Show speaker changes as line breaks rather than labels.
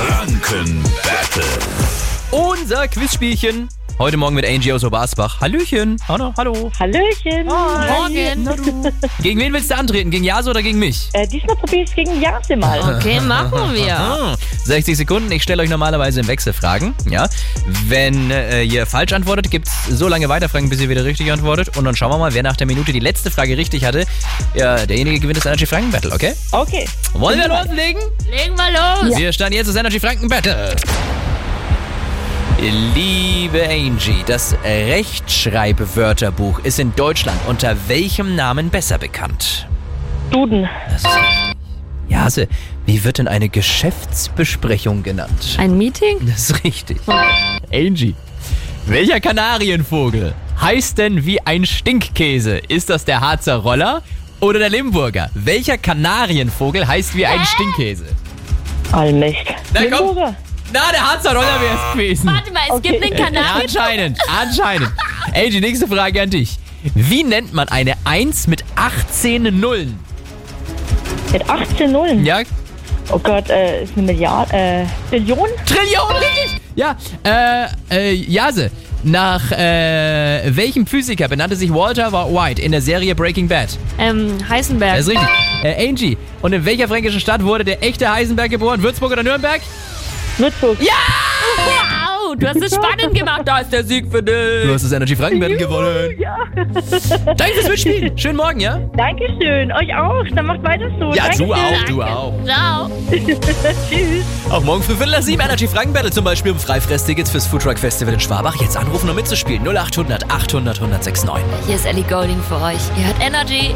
Franken Battle.
Unser Quizspielchen. Heute Morgen mit Angie aus Obersbach. Hallöchen. Hanna, hallo.
Hallöchen.
Morgen.
Gegen wen willst du antreten? Gegen Jase oder gegen mich?
Äh, diesmal probiere ich es gegen Jase mal.
Okay, machen wir.
Ah, 60 Sekunden. Ich stelle euch normalerweise im Wechsel Fragen. Ja. Wenn äh, ihr falsch antwortet, gibt es so lange weiter Fragen, bis ihr wieder richtig antwortet. Und dann schauen wir mal, wer nach der Minute die letzte Frage richtig hatte. Ja, derjenige gewinnt das Energy Franken Battle, okay?
Okay.
Wollen wir loslegen?
Legen wir los.
Wir starten jetzt das Energy Franken Battle. Liebe Angie, das Rechtschreibwörterbuch ist in Deutschland unter welchem Namen besser bekannt?
Duden.
Das ist richtig. Jase, wie wird denn eine Geschäftsbesprechung genannt?
Ein Meeting? Oh.
Das ist richtig. Angie, welcher Kanarienvogel heißt denn wie ein Stinkkäse? Ist das der Harzer Roller oder der Limburger? Welcher Kanarienvogel heißt wie ein Stinkkäse?
Allmächt.
Na, komm.
Limburger.
Na, der Harzer Roller wäre es gewesen. Äh,
Warte mal, es
Okay.
gibt einen Kanal.
Anscheinend, anscheinend. Angie, nächste Frage an dich. Wie nennt man eine 1 mit 18 Nullen?
Mit 18 Nullen.
Ja,
Oh Gott, äh, ist eine Milliarde. Äh, Billion?
Trillion, richtig? Ja, äh, äh, Jase, nach äh, welchem Physiker benannte sich Walter White in der Serie Breaking Bad?
Ähm, Heisenberg.
Das ist richtig. Äh, Angie, und in welcher fränkischen Stadt wurde der echte Heisenberg geboren? Würzburg oder Nürnberg?
Würzburg. Ja.
wow, du hast es spannend gemacht. Da ist der Sieg für
Du
dich.
hast das Energy Frankenbett gewonnen. Ja. Danke fürs Mitspielen. Schönen Morgen, ja?
Dankeschön. Euch auch. Dann macht weiter so. Dankeschön.
du auch.
Ciao.
Tschüss.
Auch morgen für Viertel nach sieben Energy Franken Battle zum Beispiel um Freifresstickets fürs Foodtruck Festival in Schwabach. Jetzt anrufen, um mitzuspielen. 0800 800 1069.
Hier ist Ellie Golding für euch. Ihr hört Energy.